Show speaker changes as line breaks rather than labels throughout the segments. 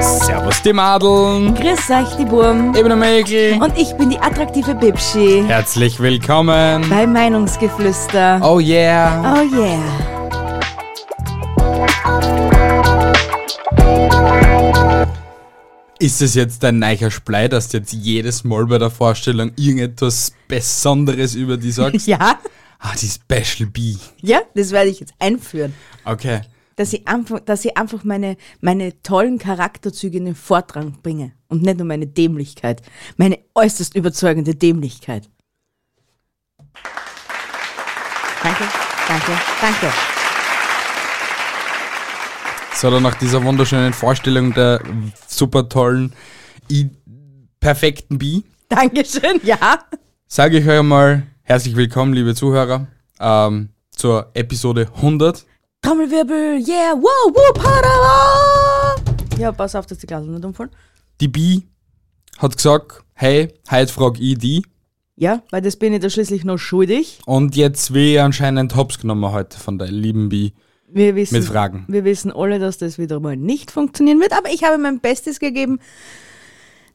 Servus die Madeln.
Grüß euch, die Burm.
Ich bin der Mäkel.
Und ich bin die attraktive Bibschi.
Herzlich willkommen.
Bei Meinungsgeflüster.
Oh yeah.
Oh yeah.
Ist es jetzt dein neicher Splei, dass du jetzt jedes Mal bei der Vorstellung irgendetwas Besonderes über die sagst?
Ja?
ah, die Special B.
Ja, das werde ich jetzt einführen.
Okay.
Dass ich einfach, dass ich einfach meine, meine tollen Charakterzüge in den Vortrag bringe. Und nicht nur meine Dämlichkeit. Meine äußerst überzeugende Dämlichkeit. Danke, danke, danke.
So, dann nach dieser wunderschönen Vorstellung der super tollen, i- perfekten B,
Dankeschön, ja.
sage ich euch mal herzlich willkommen, liebe Zuhörer, ähm, zur Episode 100.
Trommelwirbel, yeah, wow, wow, padara. Ja, pass auf, dass die Glasel nicht umfallen.
Die B hat gesagt, hey, heute frag ich die.
Ja, weil das bin ich da schließlich noch schuldig.
Und jetzt will ich anscheinend Hops genommen heute von der lieben Bi.
Wir wissen,
Mit Fragen.
Wir wissen alle, dass das wieder mal nicht funktionieren wird, aber ich habe mein Bestes gegeben,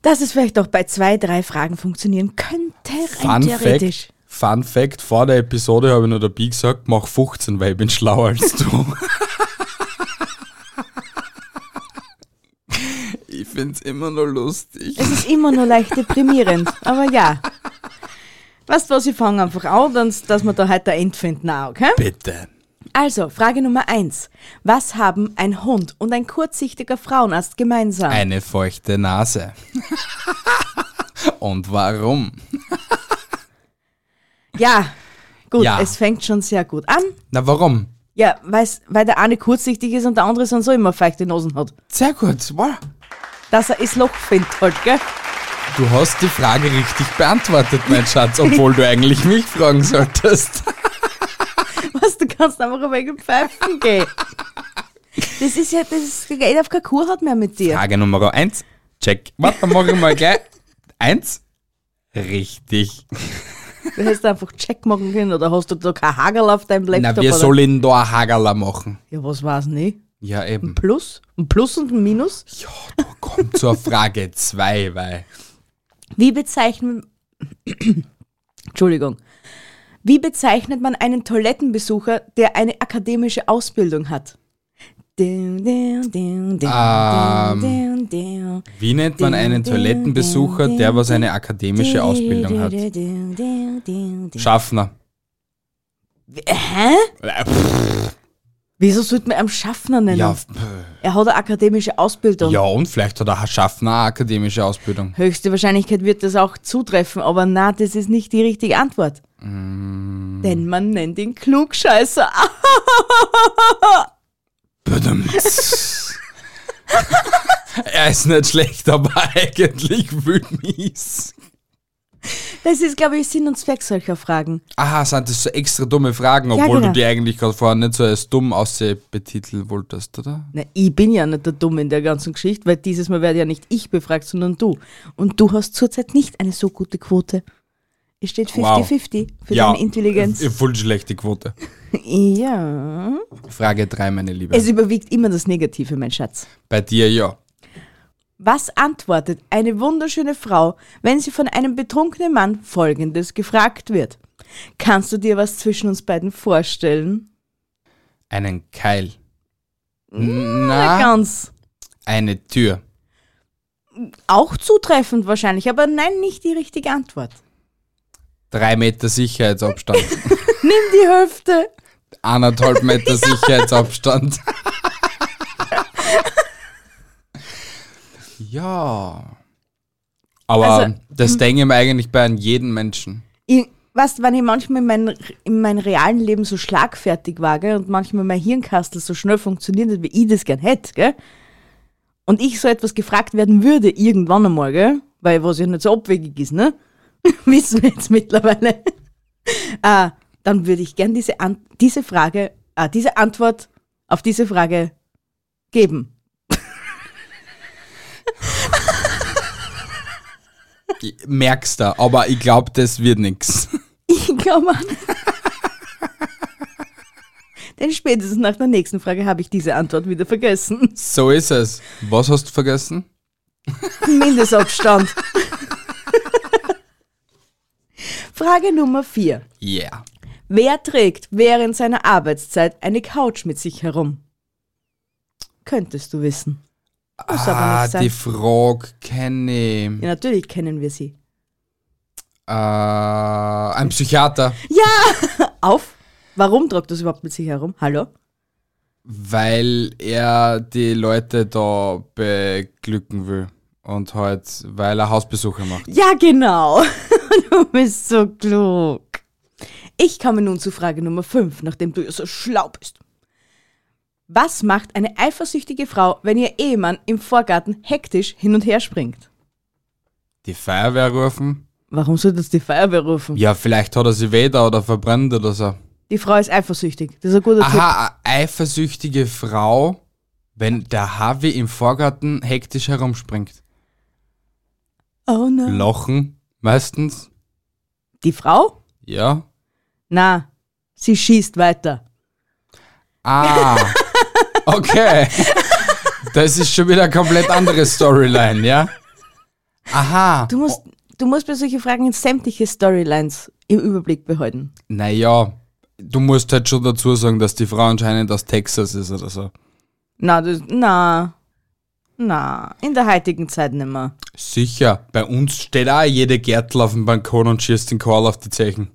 dass es vielleicht auch bei zwei, drei Fragen funktionieren könnte, rein
Fun
theoretisch.
Fact, Fun Fact, vor der Episode habe ich nur der Bi gesagt, mach 15, weil ich bin schlauer als du. ich find's immer noch lustig.
Es ist immer nur leicht deprimierend, aber ja. Weißt du was, ich fange einfach an, dann, dass wir da heute ein End finden auch, okay?
Bitte.
Also, Frage Nummer eins. Was haben ein Hund und ein kurzsichtiger Frauenarzt gemeinsam?
Eine feuchte Nase. Und warum?
Ja, gut,
Ja.
es fängt schon sehr gut an.
Na warum?
Ja, weil's, weil der eine kurzsichtig ist und der andere sonst so immer feuchte Nosen hat.
Sehr gut. Wow.
Dass er das Loch findet halt, gell?
Du hast die Frage richtig beantwortet, mein Schatz, obwohl du eigentlich mich fragen solltest.
Was, du kannst einfach ein wenig pfeifen gehen. Das ist ja, das ist, geht auf keine Kur hat mehr mit dir.
Frage Nummer 1. Check. Warte, dann mach ich mal gleich. Eins. Richtig.
Du hättest einfach Check machen können oder hast du da kein Hagel auf deinem Laptop?
Na, wir
oder?
sollen da ein Hagerler machen.
ja, was war's nicht?
Ja,
Ein
eben.
Plus? Ein Plus und ein Minus?
Ja, da kommt zur Frage 2, weil.
Wie bezeichnet. Entschuldigung. Wie bezeichnet man einen Toilettenbesucher, der eine akademische Ausbildung hat? Dun, dun, dun, dun,
Ähm,
dun, dun,
Wie nennt man einen Toilettenbesucher, der was eine akademische Ausbildung hat?
dun, dun, dun, dun.
Schaffner.
Hä? Wieso sollte man einen Schaffner nennen?
Ja, pff.
Er hat eine akademische Ausbildung.
ja, und vielleicht hat ein Schaffner eine akademische Ausbildung.
Höchste Wahrscheinlichkeit wird das auch zutreffen, aber na, das ist nicht die richtige Antwort. Denn man nennt ihn Klugscheißer.
Badums. er ist nicht schlecht, aber eigentlich wütend mies.
Das ist, glaube ich, Sinn und Zweck solcher Fragen.
Aha, sind das so extra dumme Fragen, obwohl
genau.
du die eigentlich gerade vorher nicht so als dumm ausse betiteln wolltest, oder?
Na, ich bin ja nicht der Dumme in der ganzen Geschichte, weil dieses Mal werde ja nicht ich befragt, sondern du. Und du hast zurzeit nicht eine so gute Quote. Es steht 50-50 für deine Intelligenz.
äh, Voll schlechte Quote.
Ja.
Frage 3, meine Liebe.
Es überwiegt immer das Negative, mein Schatz.
Bei dir ja.
Was antwortet eine wunderschöne Frau, wenn sie von einem betrunkenen Mann Folgendes gefragt wird? Kannst du dir was zwischen uns beiden vorstellen?
Einen Keil.
Na,
Na,
ganz.
eine Tür.
Auch zutreffend wahrscheinlich, aber nein, nicht die richtige Antwort.
Drei Meter Sicherheitsabstand.
Nimm die Hüfte.
Eineinhalb Meter Sicherheitsabstand. ja. Aber
Also,
das denke ich mir eigentlich bei jedem Menschen.
Ich, weißt, wenn ich manchmal in, mein, in meinem realen Leben so schlagfertig war gell, und manchmal mein Hirnkastel so schnell funktioniert hat, wie ich das gern hätte, gell? und ich so etwas gefragt werden würde, irgendwann einmal, gell? Weil was ja nicht so abwegig ist, ne? Wissen wir jetzt mittlerweile. ah, dann würde ich gern diese, An diese Frage, ah, diese Antwort auf diese Frage geben.
Merkst du, aber ich glaube, das wird nix.
Ich glaube an. Denn spätestens nach der nächsten Frage habe ich diese Antwort wieder vergessen.
So ist es. Was hast du vergessen?
Mindestabstand. Frage Nummer 4.
Yeah.
Wer trägt während seiner Arbeitszeit eine Couch mit sich herum? Könntest du wissen. Muss aber
Ah,
nicht sein.
die Frage kenne ich.
Ja, natürlich kennen wir sie.
Äh, ein Psychiater,
Auf! Warum trägt das überhaupt mit sich herum? Hallo?
weil er die Leute da beglücken will. Und halt, weil er Hausbesuche macht.
Ja, genau. Du bist so klug. Ich komme nun zu Frage Nummer 5, nachdem du ja so schlau bist. Was macht eine eifersüchtige Frau, wenn ihr Ehemann im Vorgarten hektisch hin und her springt?
Die Feuerwehr rufen?
Warum soll das die Feuerwehr rufen?
Ja, vielleicht hat er sie weder oder verbrennt oder so.
Die Frau ist eifersüchtig. Das ist ein guter Tipp.
Aha, eine eifersüchtige Frau, wenn der Harvey im Vorgarten hektisch herumspringt.
Oh nein.
Lochen meistens,
Die Frau?
ja.
Na, sie schießt weiter.
Ah, okay. Das ist schon wieder eine komplett andere Storyline, ja? Aha.
Du musst, du musst bei solchen Fragen sämtliche Storylines im Überblick behalten.
Naja, du musst halt schon dazu sagen, dass die Frau anscheinend aus Texas ist oder so.
Na, das, na, na, in der heutigen Zeit nicht mehr.
Sicher, bei uns steht auch jede Gärtel auf dem Balkon und schießt den Karl auf die Zechen.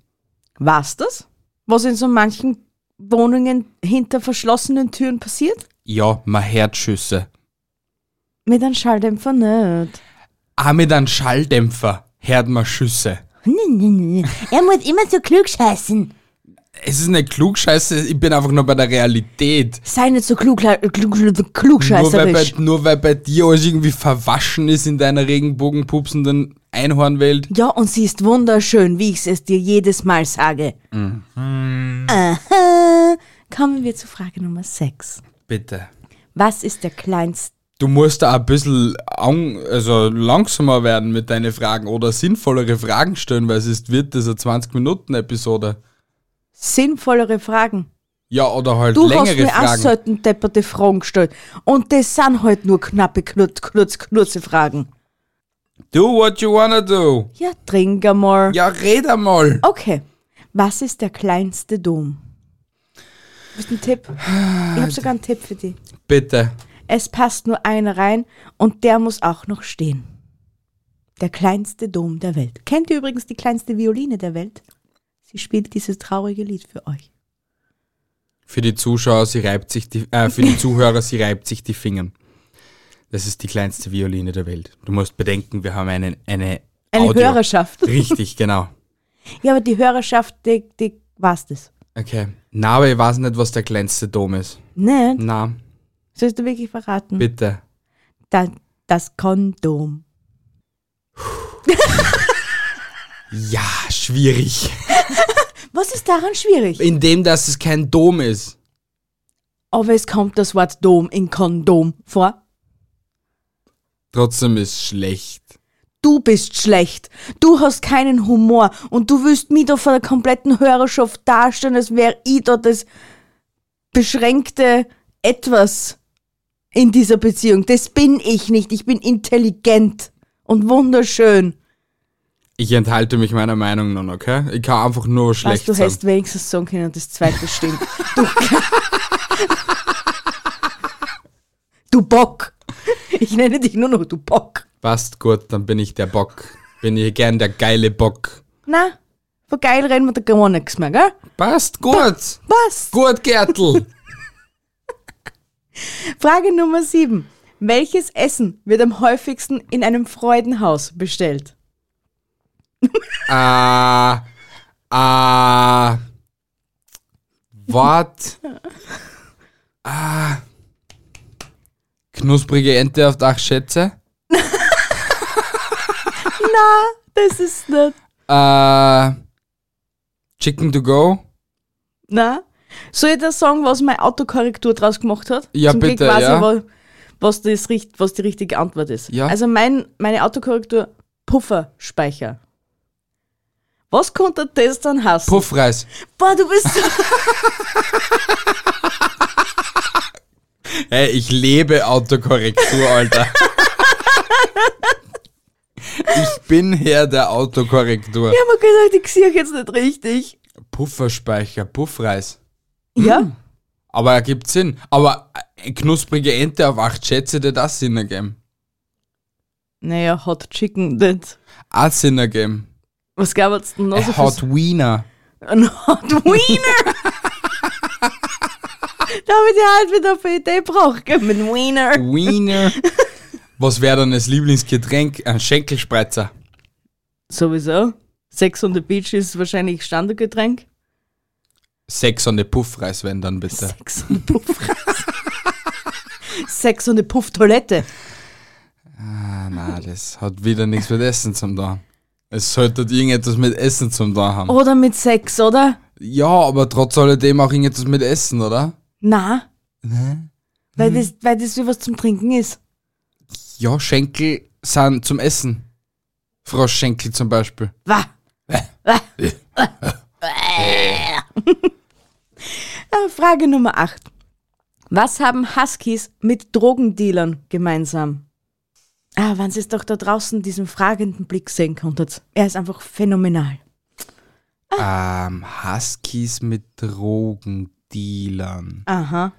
War's das? Was in so manchen Wohnungen hinter verschlossenen Türen passiert?
Ja, man hört Schüsse.
Mit einem Schalldämpfer nicht.
Auch mit einem Schalldämpfer hört man Schüsse.
Er muss immer so klug scheißen.
Es ist nicht klugscheiße, ich bin einfach nur bei der Realität.
Sei nicht so klug, äh, klug, klug,
Nur weil, bei,
klugscheißerisch.
nur weil bei dir alles irgendwie verwaschen ist in deiner regenbogenpupsenden Einhornwelt.
Ja, und sie ist wunderschön, wie ich es dir jedes Mal sage.
Mhm.
Aha. Kommen wir zu Frage Nummer 6.
Bitte.
Was ist der kleinste?
Du musst da ein bisschen ang also langsamer werden mit deinen Fragen oder sinnvollere Fragen stellen, weil es ist, wird das eine 20-Minuten-Episode.
Sinnvollere Fragen.
Ja, oder halt
Du hast
längere
mir auch
Fragen.
selten depperte Fragen gestellt. Und das sind halt nur knappe, knurz, knurz, knurze Fragen.
Do what you wanna do.
Ja, trink einmal.
Ja, red einmal.
Okay. Was ist der kleinste Dom? Das ist ein Tipp. Ich
Ah,
habe sogar einen Tipp für dich.
Bitte.
Es passt nur einer rein und der muss auch noch stehen. Der kleinste Dom der Welt. Kennt ihr übrigens die kleinste Violine der Welt? Sie spielt dieses traurige Lied für euch.
Für die Zuschauer, sie reibt sich die, äh, für die Zuhörer, sie reibt sich die Finger. Das ist die kleinste Violine der Welt. Du musst bedenken, wir haben einen, eine,
Eine
Audio.
Hörerschaft.
Richtig, genau.
Ja, aber die Hörerschaft, die, die war's das.
Okay. Na, aber ich weiß nicht, was der kleinste Dom ist.
Ne?
Na,
Sollst du wirklich verraten?
Hm. bitte.
Da, das Kondom.
Ja, schwierig.
Was ist daran schwierig?
Indem, dass es kein Dom ist.
Aber es kommt das Wort Dom in Kondom vor.
Trotzdem ist schlecht.
Du bist schlecht. Du hast keinen Humor und du willst mich da vor der kompletten Hörerschaft darstellen, als wäre ich da das beschränkte Etwas in dieser Beziehung. Das bin ich nicht. Ich bin intelligent und wunderschön.
Ich enthalte mich meiner Meinung nun, okay? Ich kann einfach nur was
Weißt
schlecht
du,
sagen.
hättest wenigstens sagen können, das zweite stimmt. Du, du Bock. Ich nenne dich nur noch du Bock.
Passt gut, dann bin ich der Bock. Bin ich gern der geile Bock.
Na, von geil reden wir da gar nichts mehr, gell?
Passt gut.
Was?
Gut, Gertl.
Frage Nummer 7. Welches Essen wird am häufigsten in einem Freudenhaus bestellt?
Ah, ah, what? Ah, Äh, Knusprige Ente auf acht Schätze.
Das ist nicht.
Äh, Chicken to go.
Na? Soll ich dir sagen, was meine Autokorrektur draus gemacht hat?
Ja,
Zum
bitte,
Glück weiß
ja.
ich, wa- was, das, richt- was die richtige Antwort ist.
Ja.
Also mein, meine Autokorrektur Pufferspeicher. Was konnte das dann heißen?
Puffreis.
Boah, du bist so
Hey, ich lebe Autokorrektur, Alter. ich bin Herr der Autokorrektur.
Ich hab mir gedacht, ich sehe jetzt nicht richtig.
Pufferspeicher, Puffreis.
Ja?
Aber ergibt Sinn. Aber äh, knusprige Ente auf acht Schätze, der das Sinn ergeben.
Naja, Hot Chicken, das.
Auch Sinn ergeben.
Was gab's denn noch so
Äh, Hot Wiener.
fürs- Ein Hot Wiener! da hab ich die halt wieder auf eine Idee gebracht, gell, mit Wiener.
Wiener. Was wäre dann das Lieblingsgetränk? Ein Schenkelspreizer.
Sowieso. Sex on the Beach ist wahrscheinlich Standardgetränk.
Sex on the Puffreis, wenn dann bitte.
Sex on the Puff. Sex on the Puff Toilette.
Ah, na, das hat wieder nichts mit Essen zum tun. Es sollte irgendetwas mit Essen zum tun haben.
Oder mit Sex, oder?
Ja, aber trotz alledem auch irgendetwas mit Essen, oder?
Na. Weil das, weil das wie was zum Trinken ist.
Ja, Schenkel sind zum Essen. Froschschenkel zum Beispiel.
Wah. Wah. Äh, Frage Nummer 8. Was haben Huskies mit Drogendealern gemeinsam? Ah, wenn Sie es doch da draußen diesen fragenden Blick sehen konntet. Er ist einfach phänomenal.
Ähm, Huskies mit Drogendealern.
Aha.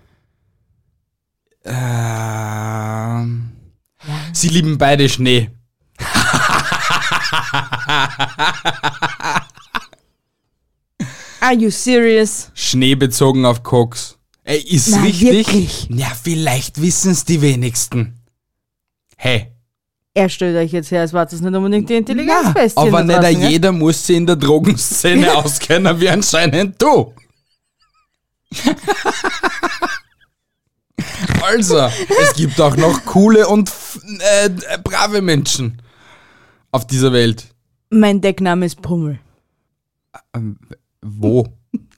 Ähm, Sie lieben beide Schnee.
Are you serious?
Schnee bezogen auf Koks. Ey, ist
Na,
richtig?
wirklich?
Ja, vielleicht wissen es die wenigsten. Hey.
Er stellt euch jetzt her, es war das nicht unbedingt die Intelligenz
Ja,
fest.
aber nicht ein jeder muss sich in der Drogenszene auskennen, wie anscheinend du. also, es gibt auch noch coole und f- äh, äh, brave Menschen auf dieser Welt.
Mein Deckname ist Pummel.
Wo?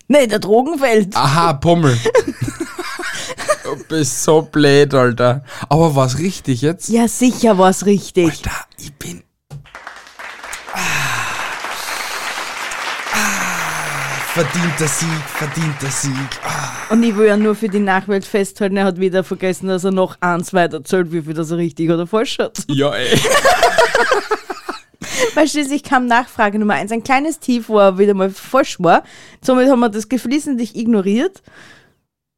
Nee, der Drogenfeld.
Aha, Pummel. du bist so blöd, Alter. Aber war's richtig jetzt?
Ja, sicher war es richtig.
Da, ich bin. Ah. Ah. Verdienter Sieg, verdienter Sieg. Ah.
Und ich will ja nur für die Nachwelt festhalten, er hat wieder vergessen, dass er noch eins weiterzählt, wie viel das er richtig oder falsch hat.
Ja, ey.
Weil schließlich kam Nachfrage Nummer eins. Ein kleines Tief, wo er wieder mal falsch war. Somit haben wir das geflissentlich ignoriert.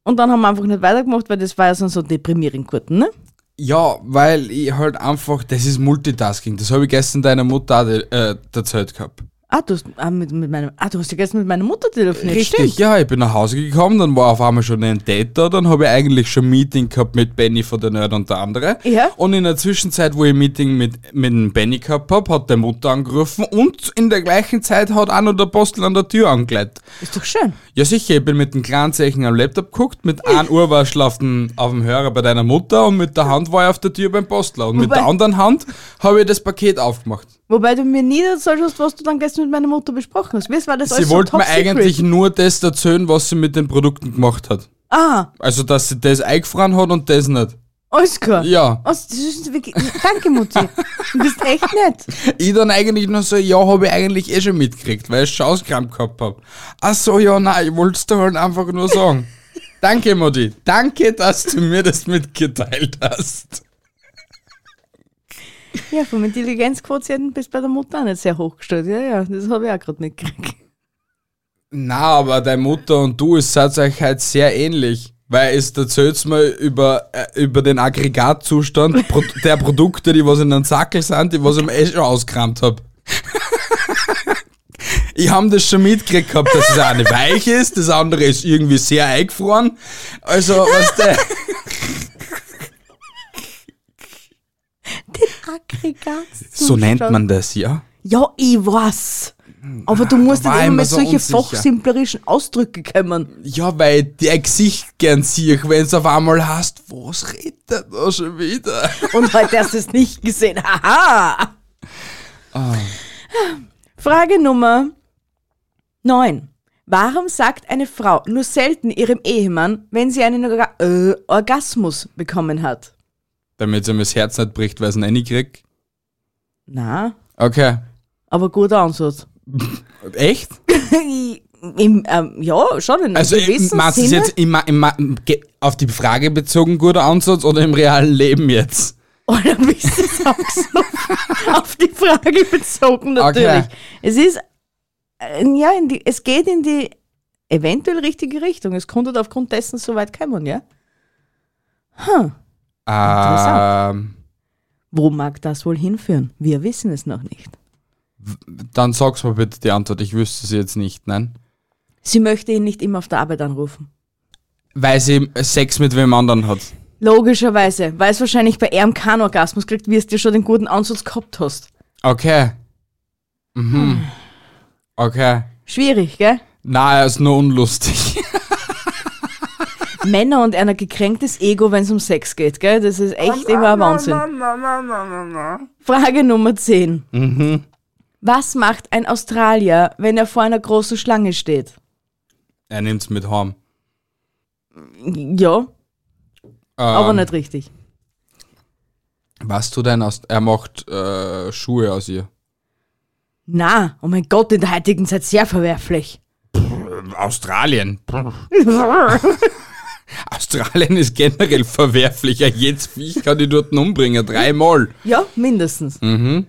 Und dann haben wir einfach nicht weitergemacht, weil das war ja sonst so deprimierend gut, ne?
Ja, weil ich halt einfach, das ist Multitasking. Das habe ich gestern deiner Mutter auch, äh, erzählt gehabt.
Ah, du hast, ah, mit, mit meinem, ah, du hast ja gestern mit meiner Mutter telefoniert.
Richtig, ja, ich bin nach Hause gekommen, dann war auf einmal schon ein Date da, dann habe ich eigentlich schon ein Meeting gehabt mit Benny von der Nerd und der andere.
Ja.
Und in der Zwischenzeit, wo ich ein Meeting mit, mit dem Benny gehabt habe, hat der Mutter angerufen und in der gleichen Zeit hat auch noch der Postel an der Tür angelegt.
Ist doch schön.
Ja sicher, ich bin mit dem kleinen Zeichen am Laptop geguckt, mit einem Uhr war ich schon auf dem, auf dem Hörer bei deiner Mutter und mit der Hand war ich auf der Tür beim Postler und mit
Wobei-
der anderen Hand habe ich das Paket aufgemacht.
Wobei du mir nie erzählt hast, was du dann gestern mit meiner Mutter besprochen hast. Wie war das alles
sie wollte
so top
mir eigentlich
secret?
nur das erzählen, was sie mit den Produkten gemacht hat.
Ah,
Also, dass sie das eingefroren hat und das nicht.
alles klar.
Ja.
Oh, das ist wirklich, danke, Mutti. Du bist echt nett.
Ich dann eigentlich nur so, ja, habe ich eigentlich eh schon mitgekriegt, weil ich schon ausgekramt gehabt habe. Ach so, ja, nein, ich wollte es dir halt einfach nur sagen. Danke, Mutti. Danke, dass du mir das mitgeteilt hast.
Ja, vom Intelligenzquotienten bist bei der Mutter auch nicht sehr hochgestellt. Ja, ja, das habe ich auch gerade mitgekriegt.
Na, aber deine Mutter und du, es seid euch halt sehr ähnlich. Weil es erzählt mal über, äh, über den Aggregatzustand Pro der Produkte, die was in den Sackel sind, die was ich mir eh schon ausgekramt hab. ich habe das schon mitgekriegt gehabt, dass das eine weich ist, das andere ist irgendwie sehr eingefroren. Also, was der.
Aggregat.
So nennt man das, ja?
Ja, ich weiß. Aber du musst
war
nicht
ich
immer
mir
mit
so
solchen
unsicher.
fachsimplerischen Ausdrücken kommen.
Ja, weil der Gesicht gern sieh, wenn's auf einmal hast, was redet der da schon wieder?
Und heute hast du es nicht gesehen. Haha!
Ah.
Frage Nummer 9. Warum sagt eine Frau nur selten ihrem Ehemann, wenn sie einen Orga äh, Orgasmus bekommen hat?
Damit ihm das Herz nicht bricht, weil es ihn reinkriegt.
Na,
Okay.
aber guter Ansatz.
Echt?
Im, ähm, ja, schon in einem
Also,
gewissen
meinst du es
Sinne.
jetzt immer, immer ge- auf die Frage bezogen guter Ansatz oder im realen Leben jetzt?
Oder bist du es auch so auf die Frage bezogen natürlich.
Okay.
Es ist, äh, ja, in die, es geht in die eventuell richtige Richtung. Es konnte aufgrund dessen so weit kommen, ja? Interessant.
Ähm,
Wo mag das wohl hinführen? Wir wissen es noch nicht.
dann sag's mal bitte die Antwort, ich wüsste sie jetzt nicht, nein.
Sie möchte ihn nicht immer auf der Arbeit anrufen.
Weil sie Sex mit wem anderen hat.
Logischerweise, weil es wahrscheinlich bei ihm keinen Orgasmus kriegt, wie es dir schon den guten Ansatz gehabt hast.
Okay. Mhm. Okay.
Schwierig, gell?
Na, er ist nur unlustig.
Männer und einer gekränktes Ego, wenn es um Sex geht, gell? Das ist echt immer ein Wahnsinn. Frage Nummer 10. Was macht ein Australier, wenn er vor einer großen Schlange steht?
Er nimmt's mit heim.
Ja, aber nicht richtig.
Was du denn aus. Er macht äh, Schuhe aus ihr.
Na, oh mein Gott, in der heutigen Zeit sehr verwerflich.
Australien. Australien ist generell verwerflicher. Jedes Viech kann die dort umbringen. Dreimal.
Ja, mindestens.
Ähm,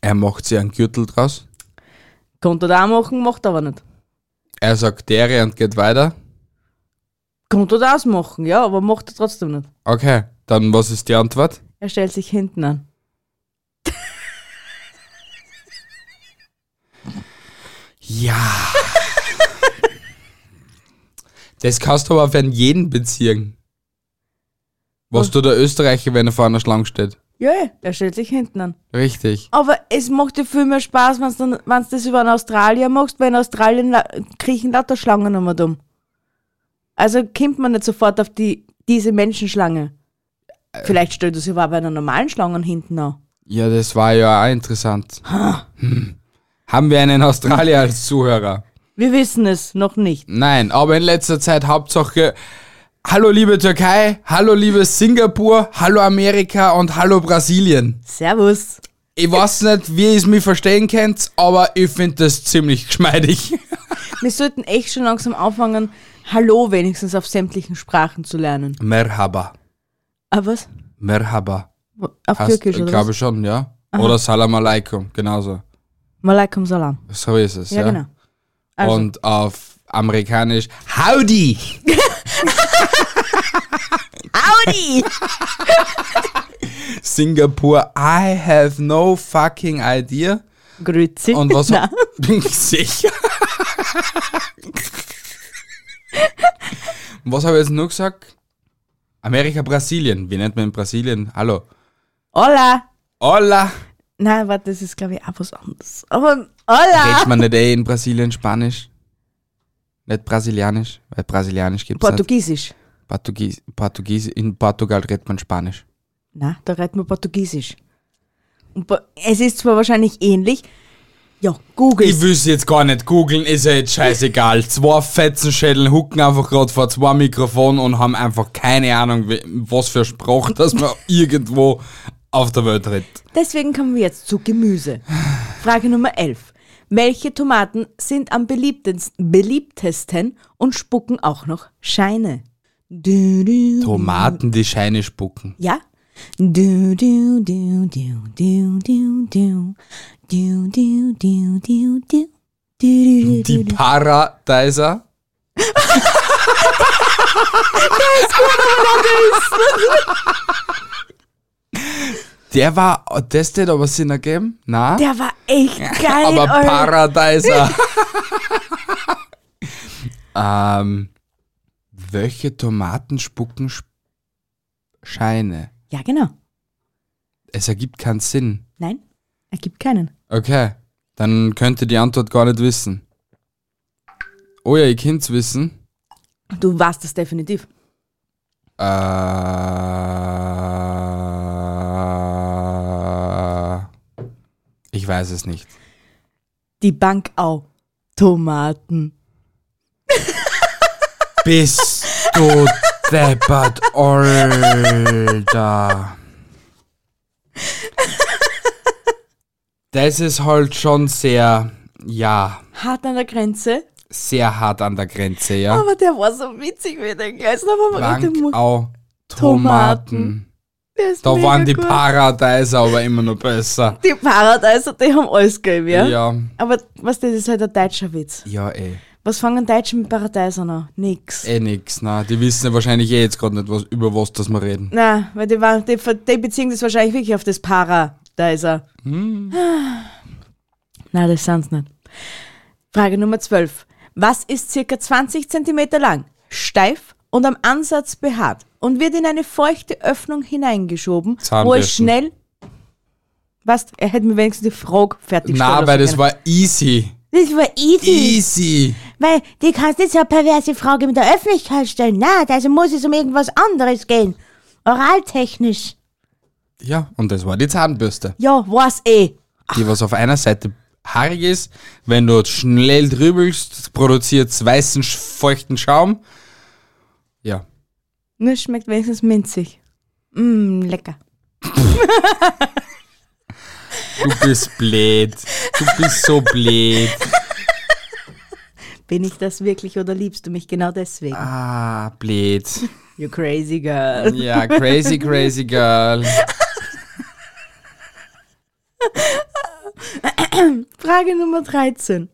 er macht sie einen Gürtel draus.
Konnte er da machen, macht aber nicht.
Er sagt dere und geht weiter.
Konnte er das machen, ja, aber macht er trotzdem nicht.
Okay, dann was ist die Antwort?
Er stellt sich hinten an.
Ja. das kannst du aber auf einen jeden beziehen. Was du der Österreicher, wenn er vor einer Schlange steht.
Ja, ja, er stellt sich hinten an.
Richtig.
Aber es macht dir viel mehr Spaß, wenn du das über einen Australier machst, weil in Australien la- kriechen lauter Schlangen um und um. Also kommt man nicht sofort auf die, diese Menschenschlange. Vielleicht stellt du sie aber auch bei einer normalen Schlange hinten an.
Ja, das war ja auch interessant. Hm. Haben wir einen Australier als Zuhörer?
Wir wissen es noch nicht.
Nein, aber in letzter Zeit Hauptsache, hallo liebe Türkei, hallo liebes Singapur, hallo Amerika und hallo Brasilien.
Servus.
Ich weiß nicht, wie ihr es mich verstehen könnt, aber ich finde das ziemlich geschmeidig.
Wir sollten echt schon langsam anfangen, Hallo wenigstens auf sämtlichen Sprachen zu lernen.
Merhaba,
Aber was?
merhaba.
Wo- Auf
Passt,
Türkisch oder
glaube
was?
ich schon, ja. Oder Salam Alaikum, genauso.
Malaikum Salam.
So ist es.
Ja,
Ja,
genau. Also.
Und auf amerikanisch Howdy.
Audi!
Singapur, I have no fucking idea.
Grüezi.
Und was
Na,
Sicher. Und was habe ich jetzt nur gesagt? Amerika, Brasilien. Wie nennt man in Brasilien? Hallo.
Hola.
Hola.
Nein, warte, das ist glaube ich auch was anderes. Aber hola.
Redet man nicht eh in Brasilien Spanisch? Nicht Brasilianisch? Weil Brasilianisch gibt es nicht.
Portugiesisch.
Portugies, Portugies, in Portugal redet man Spanisch.
Na, da redet man Portugiesisch. Und Por- es ist zwar wahrscheinlich ähnlich. Ja, Google.
Ich will es jetzt gar nicht googeln, ist ja jetzt scheißegal. Zwei Fetzenschädel hucken einfach gerade vor zwei Mikrofonen und haben einfach keine Ahnung, we- was für Sprache, dass man irgendwo auf der Welt redet.
Deswegen kommen wir jetzt zu Gemüse. Frage Nummer 11. Welche Tomaten sind am beliebtesten, beliebtesten und spucken auch noch Scheine? Du, du.
Tomaten, die Scheine spucken.
Ja? Du, du, du, du, du, du, du. Du, du, du, du, du. Du, du, du,
Die Paradeiser. Der war, das tät aber Sinn ergeben? Na?
Der war echt geil.
Aber
Alter.
Paradeiser. ähm, welche Tomaten spucken Sp- Scheine?
Ja, genau.
Es ergibt keinen Sinn.
Nein? Er gibt keinen.
Okay, dann könnt ihr die Antwort gar nicht wissen. Oh ja, ihr könnt's wissen.
Du warst das definitiv.
Äh, ich weiß es nicht.
Die Bankautomaten.
Bist du deppert, Alter. Das ist halt schon sehr, ja,
Hart an der Grenze.
sehr hart an der Grenze, ja.
Aber der war so witzig wie der Geist. Aber
Bankautomaten. Da waren die Paradeiser aber immer noch besser.
Die Paradeiser, die haben alles gegeben, ja?
Ja,
Aber was das ist halt ein deutscher Witz.
ja eh.
Was fangen Deutsche mit Paradeisern an? Nix.
Eh nix, na. Die wissen ja wahrscheinlich eh jetzt gerade nicht, was, über was das wir reden.
Na, weil die, waren, die, ver- die beziehen das wahrscheinlich wirklich auf das Paradeiser. Hm. Nein, das sind's nicht. Frage Nummer 12. Was ist circa 20 Zentimeter lang, steif und am Ansatz behaart und wird in eine feuchte Öffnung hineingeschoben, wo
Zahnbürsten.
es schnell... Was? Er hätte mir wenigstens die Frage fertig
Na,
stellen
weil das
lassen
war easy.
Das war easy.
Easy.
Weil die kannst nicht so eine perverse Frage mit der Öffentlichkeit stellen. Na, also muss es um irgendwas anderes gehen. Oraltechnisch.
Ja, und das war die Zahnbürste.
können. Ja, war's eh.
die was auf einer Seite haarig ist. Wenn du schnell drübelst, produziert weißen, sch- feuchten Schaum. Ja.
Nur es schmeckt wenigstens minzig. Mmm, lecker.
Du bist blöd. Du bist so blöd.
Bin ich das wirklich oder liebst du mich genau deswegen?
Ah, blöd.
You crazy girl.
Ja, crazy, crazy girl.
Frage Nummer 13.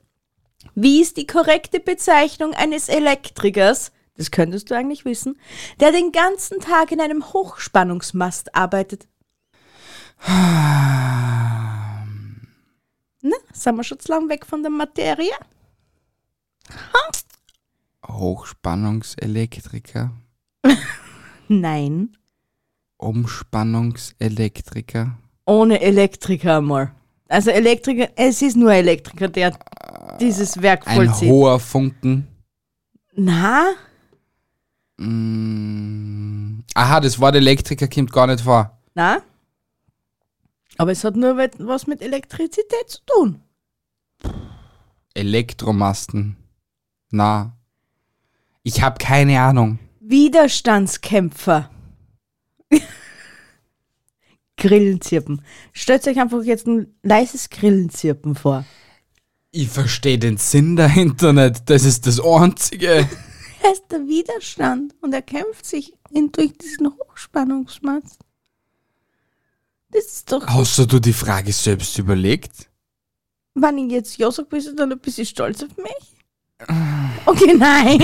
Wie ist die korrekte Bezeichnung eines Elektrikers, das könntest du eigentlich wissen, der den ganzen Tag in einem Hochspannungsmast arbeitet? Ah. Na, sind wir schon zu lang weg von der Materie?
Hochspannungselektriker.
Nein,
Umspannungselektriker.
ohne Elektriker mal. Also Elektriker, es ist nur Elektriker, der dieses Werk
Ein
vollzieht.
hoher Funken.
Na,
Mm. Aha, das Wort Elektriker kommt gar nicht vor.
na. Aber es hat nur wet- was mit Elektrizität zu tun.
Elektromasten. Na. Ich habe keine Ahnung.
Widerstandskämpfer. Grillenzirpen. Stellt euch einfach jetzt ein leises Grillenzirpen vor.
Ich verstehe den Sinn dahinter nicht. Das ist das Einzige.
Er ist der Widerstand und er kämpft sich in, durch diesen Hochspannungsmast. Das ist doch,
Hast du dir die Frage selbst überlegt?
wenn ich jetzt ja sage, bist du dann ein bisschen stolz auf mich? Okay, nein.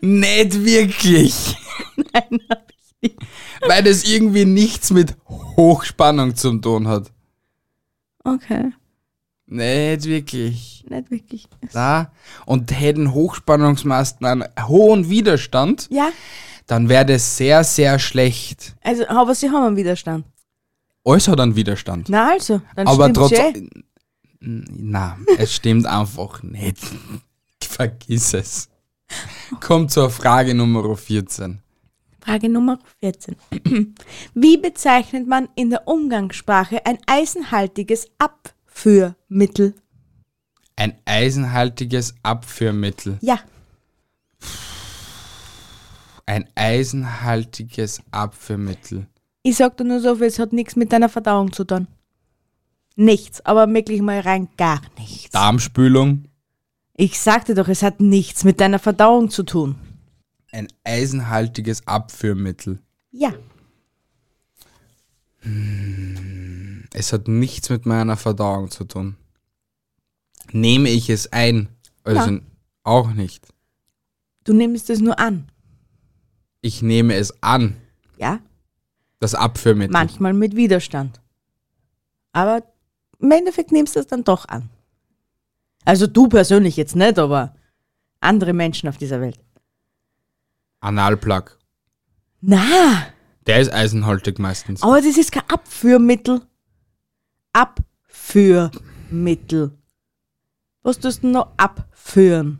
Nicht wirklich.
nein hab ich nicht.
Weil das irgendwie nichts mit Hochspannung zu tun hat.
Okay,
Nicht wirklich.
nicht wirklich.
Da. Und hätten Hochspannungsmasten einen hohen Widerstand,
Ja,
dann wäre das sehr, sehr schlecht.
also, aber sie haben einen Widerstand.
Alles hat einen Widerstand.
Na also, dann
Aber
stimmt's
trotz.
eh.
Na, es stimmt einfach nicht. Vergiss es. Kommt zur Frage Nummer 14.
Frage Nummer 14. Wie bezeichnet man in der Umgangssprache ein eisenhaltiges Abführmittel?
Ein eisenhaltiges Abführmittel.
Ja,
Ein eisenhaltiges Abführmittel.
ich sag dir nur so viel, es hat nichts mit deiner Verdauung zu tun. Nichts, aber wirklich mal rein gar nichts.
Darmspülung.
Ich sagte doch, es hat nichts mit deiner Verdauung zu tun.
Ein eisenhaltiges Abführmittel.
Ja,
Es hat nichts mit meiner Verdauung zu tun. Nehme ich es ein? Also auch nicht.
du nimmst es nur an.
Ich nehme es an,
Ja,
das Abführmittel.
manchmal mit Widerstand. Aber im Endeffekt nimmst du es dann doch an. Also du persönlich jetzt nicht, aber andere Menschen auf dieser Welt.
Analplug.
Na,
Der ist eisenhaltig meistens. Ah,
aber das ist kein Abführmittel. Abführmittel. Was tust du denn noch abführen?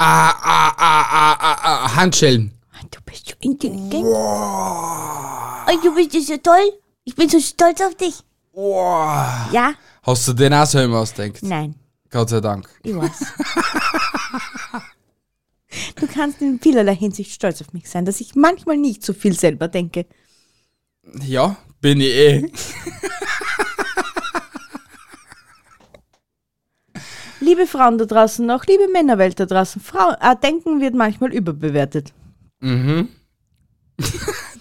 Ah, ah, ah, ah, ah, ah, Handschellen.
Du bist so intelligent. Und du bist ja so toll. Ich bin so stolz auf dich.
Wow.
Ja?
Hast du den auch selber ausdenkt?
Nein,
Gott sei Dank.
ich weiß.
Du kannst in vielerlei Hinsicht stolz auf mich sein, dass ich manchmal nicht so viel selber denke.
Ja, bin ich eh.
Liebe Frauen da draußen noch, liebe Männerwelt da draußen, Frau, äh, Denken wird manchmal überbewertet.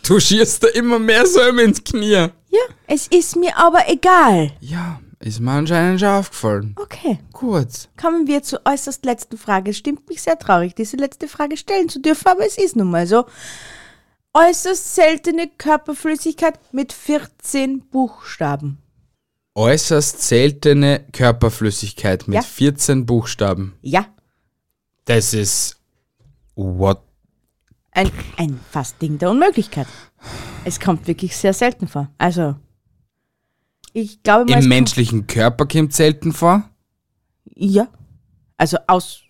Du schießt da immer mehr Säume ins Knie.
Ja, es ist mir aber egal.
Ja, ist mir anscheinend schon aufgefallen.
Okay,
Gut.
kommen wir zur äußerst letzten Frage. Es Stimmt mich sehr traurig, diese letzte Frage stellen zu dürfen, aber es ist nun mal so. Äußerst seltene Körperflüssigkeit mit 14 Buchstaben.
Äußerst seltene Körperflüssigkeit mit
Ja.
14 Buchstaben.
Ja,
Das ist. What?
ein, ein fast Ding der Unmöglichkeit. Es kommt wirklich sehr selten vor. Also, ich glaube mal. es
Im
kommt-
menschlichen Körper kommt selten vor?
Ja. Also aus,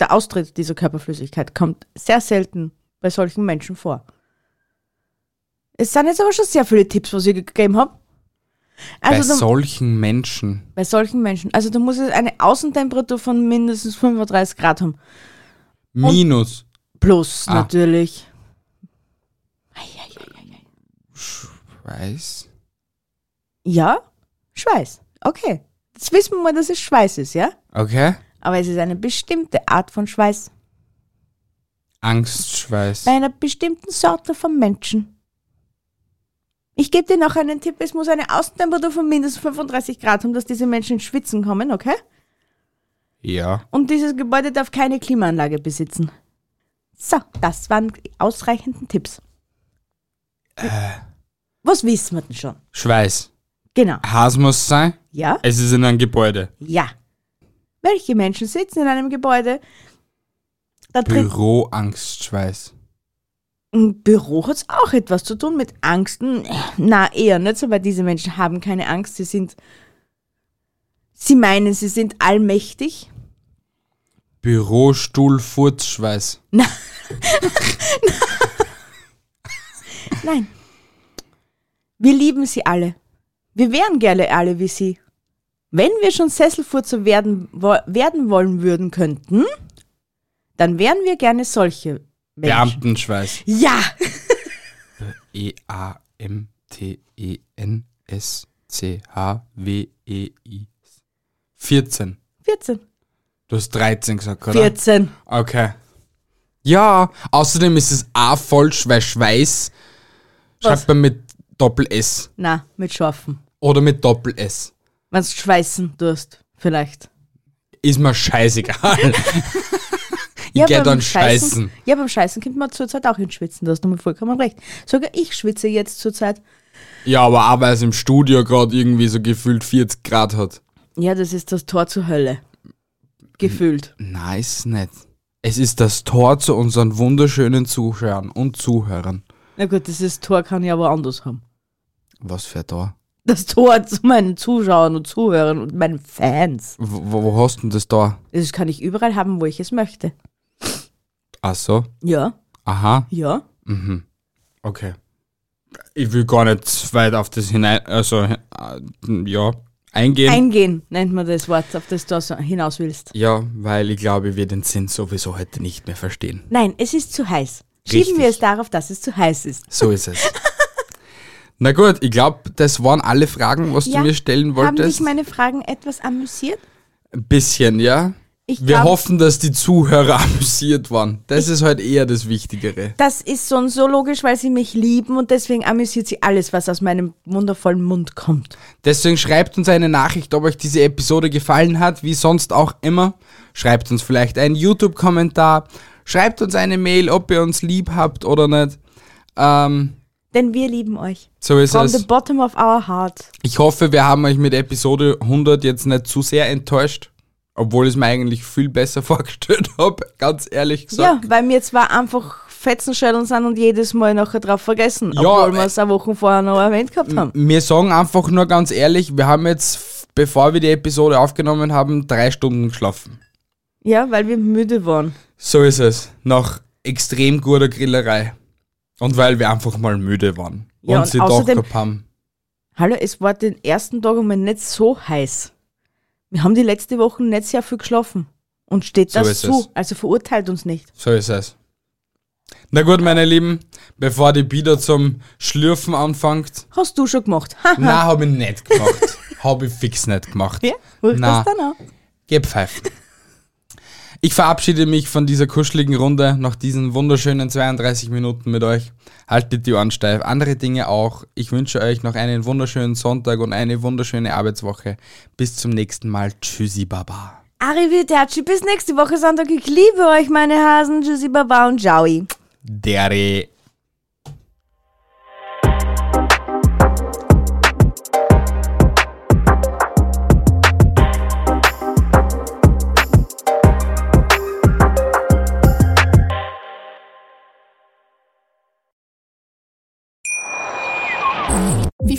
der Austritt dieser Körperflüssigkeit kommt sehr selten bei solchen Menschen vor. Es sind jetzt aber schon sehr viele Tipps, was ich gegeben habe.
Bei
Also bei,
solchen Menschen.
bei solchen Menschen. Also da muss es eine Außentemperatur von mindestens 35 Grad haben.
Minus.
Plus
Ah.
natürlich.
Weiß?
Ja, Schweiß. Okay. Jetzt wissen wir mal, dass es Schweiß ist, ja?
Okay.
Aber es ist eine bestimmte Art von Schweiß.
Angstschweiß.
bei einer bestimmten Sorte von Menschen. Ich gebe dir noch einen Tipp, es muss eine Außentemperatur von mindestens 35 Grad haben, dass diese Menschen ins Schwitzen kommen, okay?
Ja.
Und dieses Gebäude darf keine Klimaanlage besitzen. So, das waren die ausreichenden Tipps. Was wissen wir denn schon?
Schweiß.
Genau.
Haas muss sein.
Ja?
Es ist in einem Gebäude.
Ja. Welche Menschen sitzen in einem Gebäude? Da drin.
Büroangstschweiß.
Ein Büro hat auch etwas zu tun mit Angsten. Na, eher nicht so, weil diese Menschen haben keine Angst. Sie sind. Sie meinen, sie sind allmächtig.
Bürostuhl-Furzschweiß.
Nein. Wir lieben sie alle. Wir wären gerne alle wie sie. Wenn wir schon Sesselfurzer werden, wo, werden wollen würden könnten, dann wären wir gerne solche Menschen.
Beamtenschweiß. E
Ja!
E-A-M-T-E-N-S-C-H-W-E-I. 14.
14.
Du hast 13 gesagt, oder?
14.
Okay. Ja, außerdem ist es A falsch, weil Schweiß
Was?
schreibt man mit Doppel-S
Na, mit Scharfen.
oder mit Doppel-S.
Wenn du schweißen durst, vielleicht.
Ist mir scheißegal. ich geh
beim
dann scheißen.
Ja, beim Scheißen kommt man zurzeit auch ins Schwitzen, da hast du mir vollkommen recht. Sogar ich schwitze jetzt zurzeit.
Ja, aber auch weil es im Studio gerade irgendwie so gefühlt 40 Grad hat.
Ja, das ist das Tor zur Hölle. Gefühlt.
Nice nicht. Es ist das Tor zu unseren wunderschönen Zuschauern und Zuhörern.
Na gut, dieses Tor kann ich aber anders haben.
Was für ein Tor?
Das Tor zu meinen Zuschauern und Zuhörern und meinen Fans.
Wo, wo hast du denn das Tor?
Das kann ich überall haben, wo ich es möchte.
Ach so.
Ja,
Aha.
ja.
Okay. Ich will gar nicht zu weit auf das hinein, also äh, ja, eingehen.
Eingehen nennt man das Wort, auf das du so hinaus willst.
ja, weil ich glaube, wir den Sinn sowieso heute nicht mehr verstehen.
Nein, es ist zu heiß. Schieben
Richtig.
wir es darauf, dass es zu heiß ist.
So ist es. Na gut, ich glaube, das waren alle Fragen, was
Ja,
du mir stellen
Haben dich
wolltest.
meine Fragen etwas amüsiert?
Ein bisschen, ja.
Ich
Wir
glaub-
hoffen, dass die Zuhörer amüsiert waren. Das ist halt eher das Wichtigere.
Das ist so und so logisch, weil sie mich lieben und deswegen amüsiert sie alles, was aus meinem wundervollen Mund kommt.
Deswegen schreibt uns eine Nachricht, ob euch diese Episode gefallen hat, wie sonst auch immer. Schreibt uns vielleicht einen YouTube-Kommentar. Schreibt uns eine Mail, ob ihr uns lieb habt oder nicht. Ähm,
Denn wir lieben euch.
so ist
From the
es.
bottom of our heart.
Ich hoffe, wir haben euch mit Episode 100 jetzt nicht zu sehr enttäuscht. Obwohl ich es mir eigentlich viel besser vorgestellt habe, ganz ehrlich gesagt.
Ja, weil mir zwar einfach Fetzenschädeln sind und jedes Mal nachher drauf vergessen.
Ja,
obwohl wir
äh,
es auch Wochen vorher noch erwähnt gehabt haben.
Wir sagen einfach nur ganz ehrlich, wir haben jetzt, f- bevor wir die Episode aufgenommen haben, drei Stunden geschlafen.
Ja, weil wir müde waren.
So ist es. Nach extrem guter Grillerei. Und weil wir einfach mal müde waren.
Ja,
und,
und
sie
außerdem-
doch gehabt haben.
Hallo, es war den ersten Tag einmal nicht so heiß. Wir haben die letzte Woche nicht sehr viel geschlafen. Und steht
So
das
ist
zu.
es.
Also verurteilt uns nicht.
So ist es. Na gut, meine Lieben, bevor die Bieder zum Schlürfen anfängt.
Hast du schon gemacht. Ha,
Nein, habe ich nicht gemacht. habe ich fix nicht gemacht.
ja, ruch
Na.
das dann an.
Geh pfeifen. Ich verabschiede mich von dieser kuscheligen Runde nach diesen wunderschönen 32 Minuten mit euch. Haltet die Ohren steif, andere Dinge auch. Ich wünsche euch noch einen wunderschönen Sonntag und eine wunderschöne Arbeitswoche. Bis zum nächsten Mal. Tschüssi, Baba.
Arrivederci, bis nächste Woche Sonntag. Ich liebe euch, meine Hasen. Tschüssi, Baba und Ciao.
Daddy.
Wie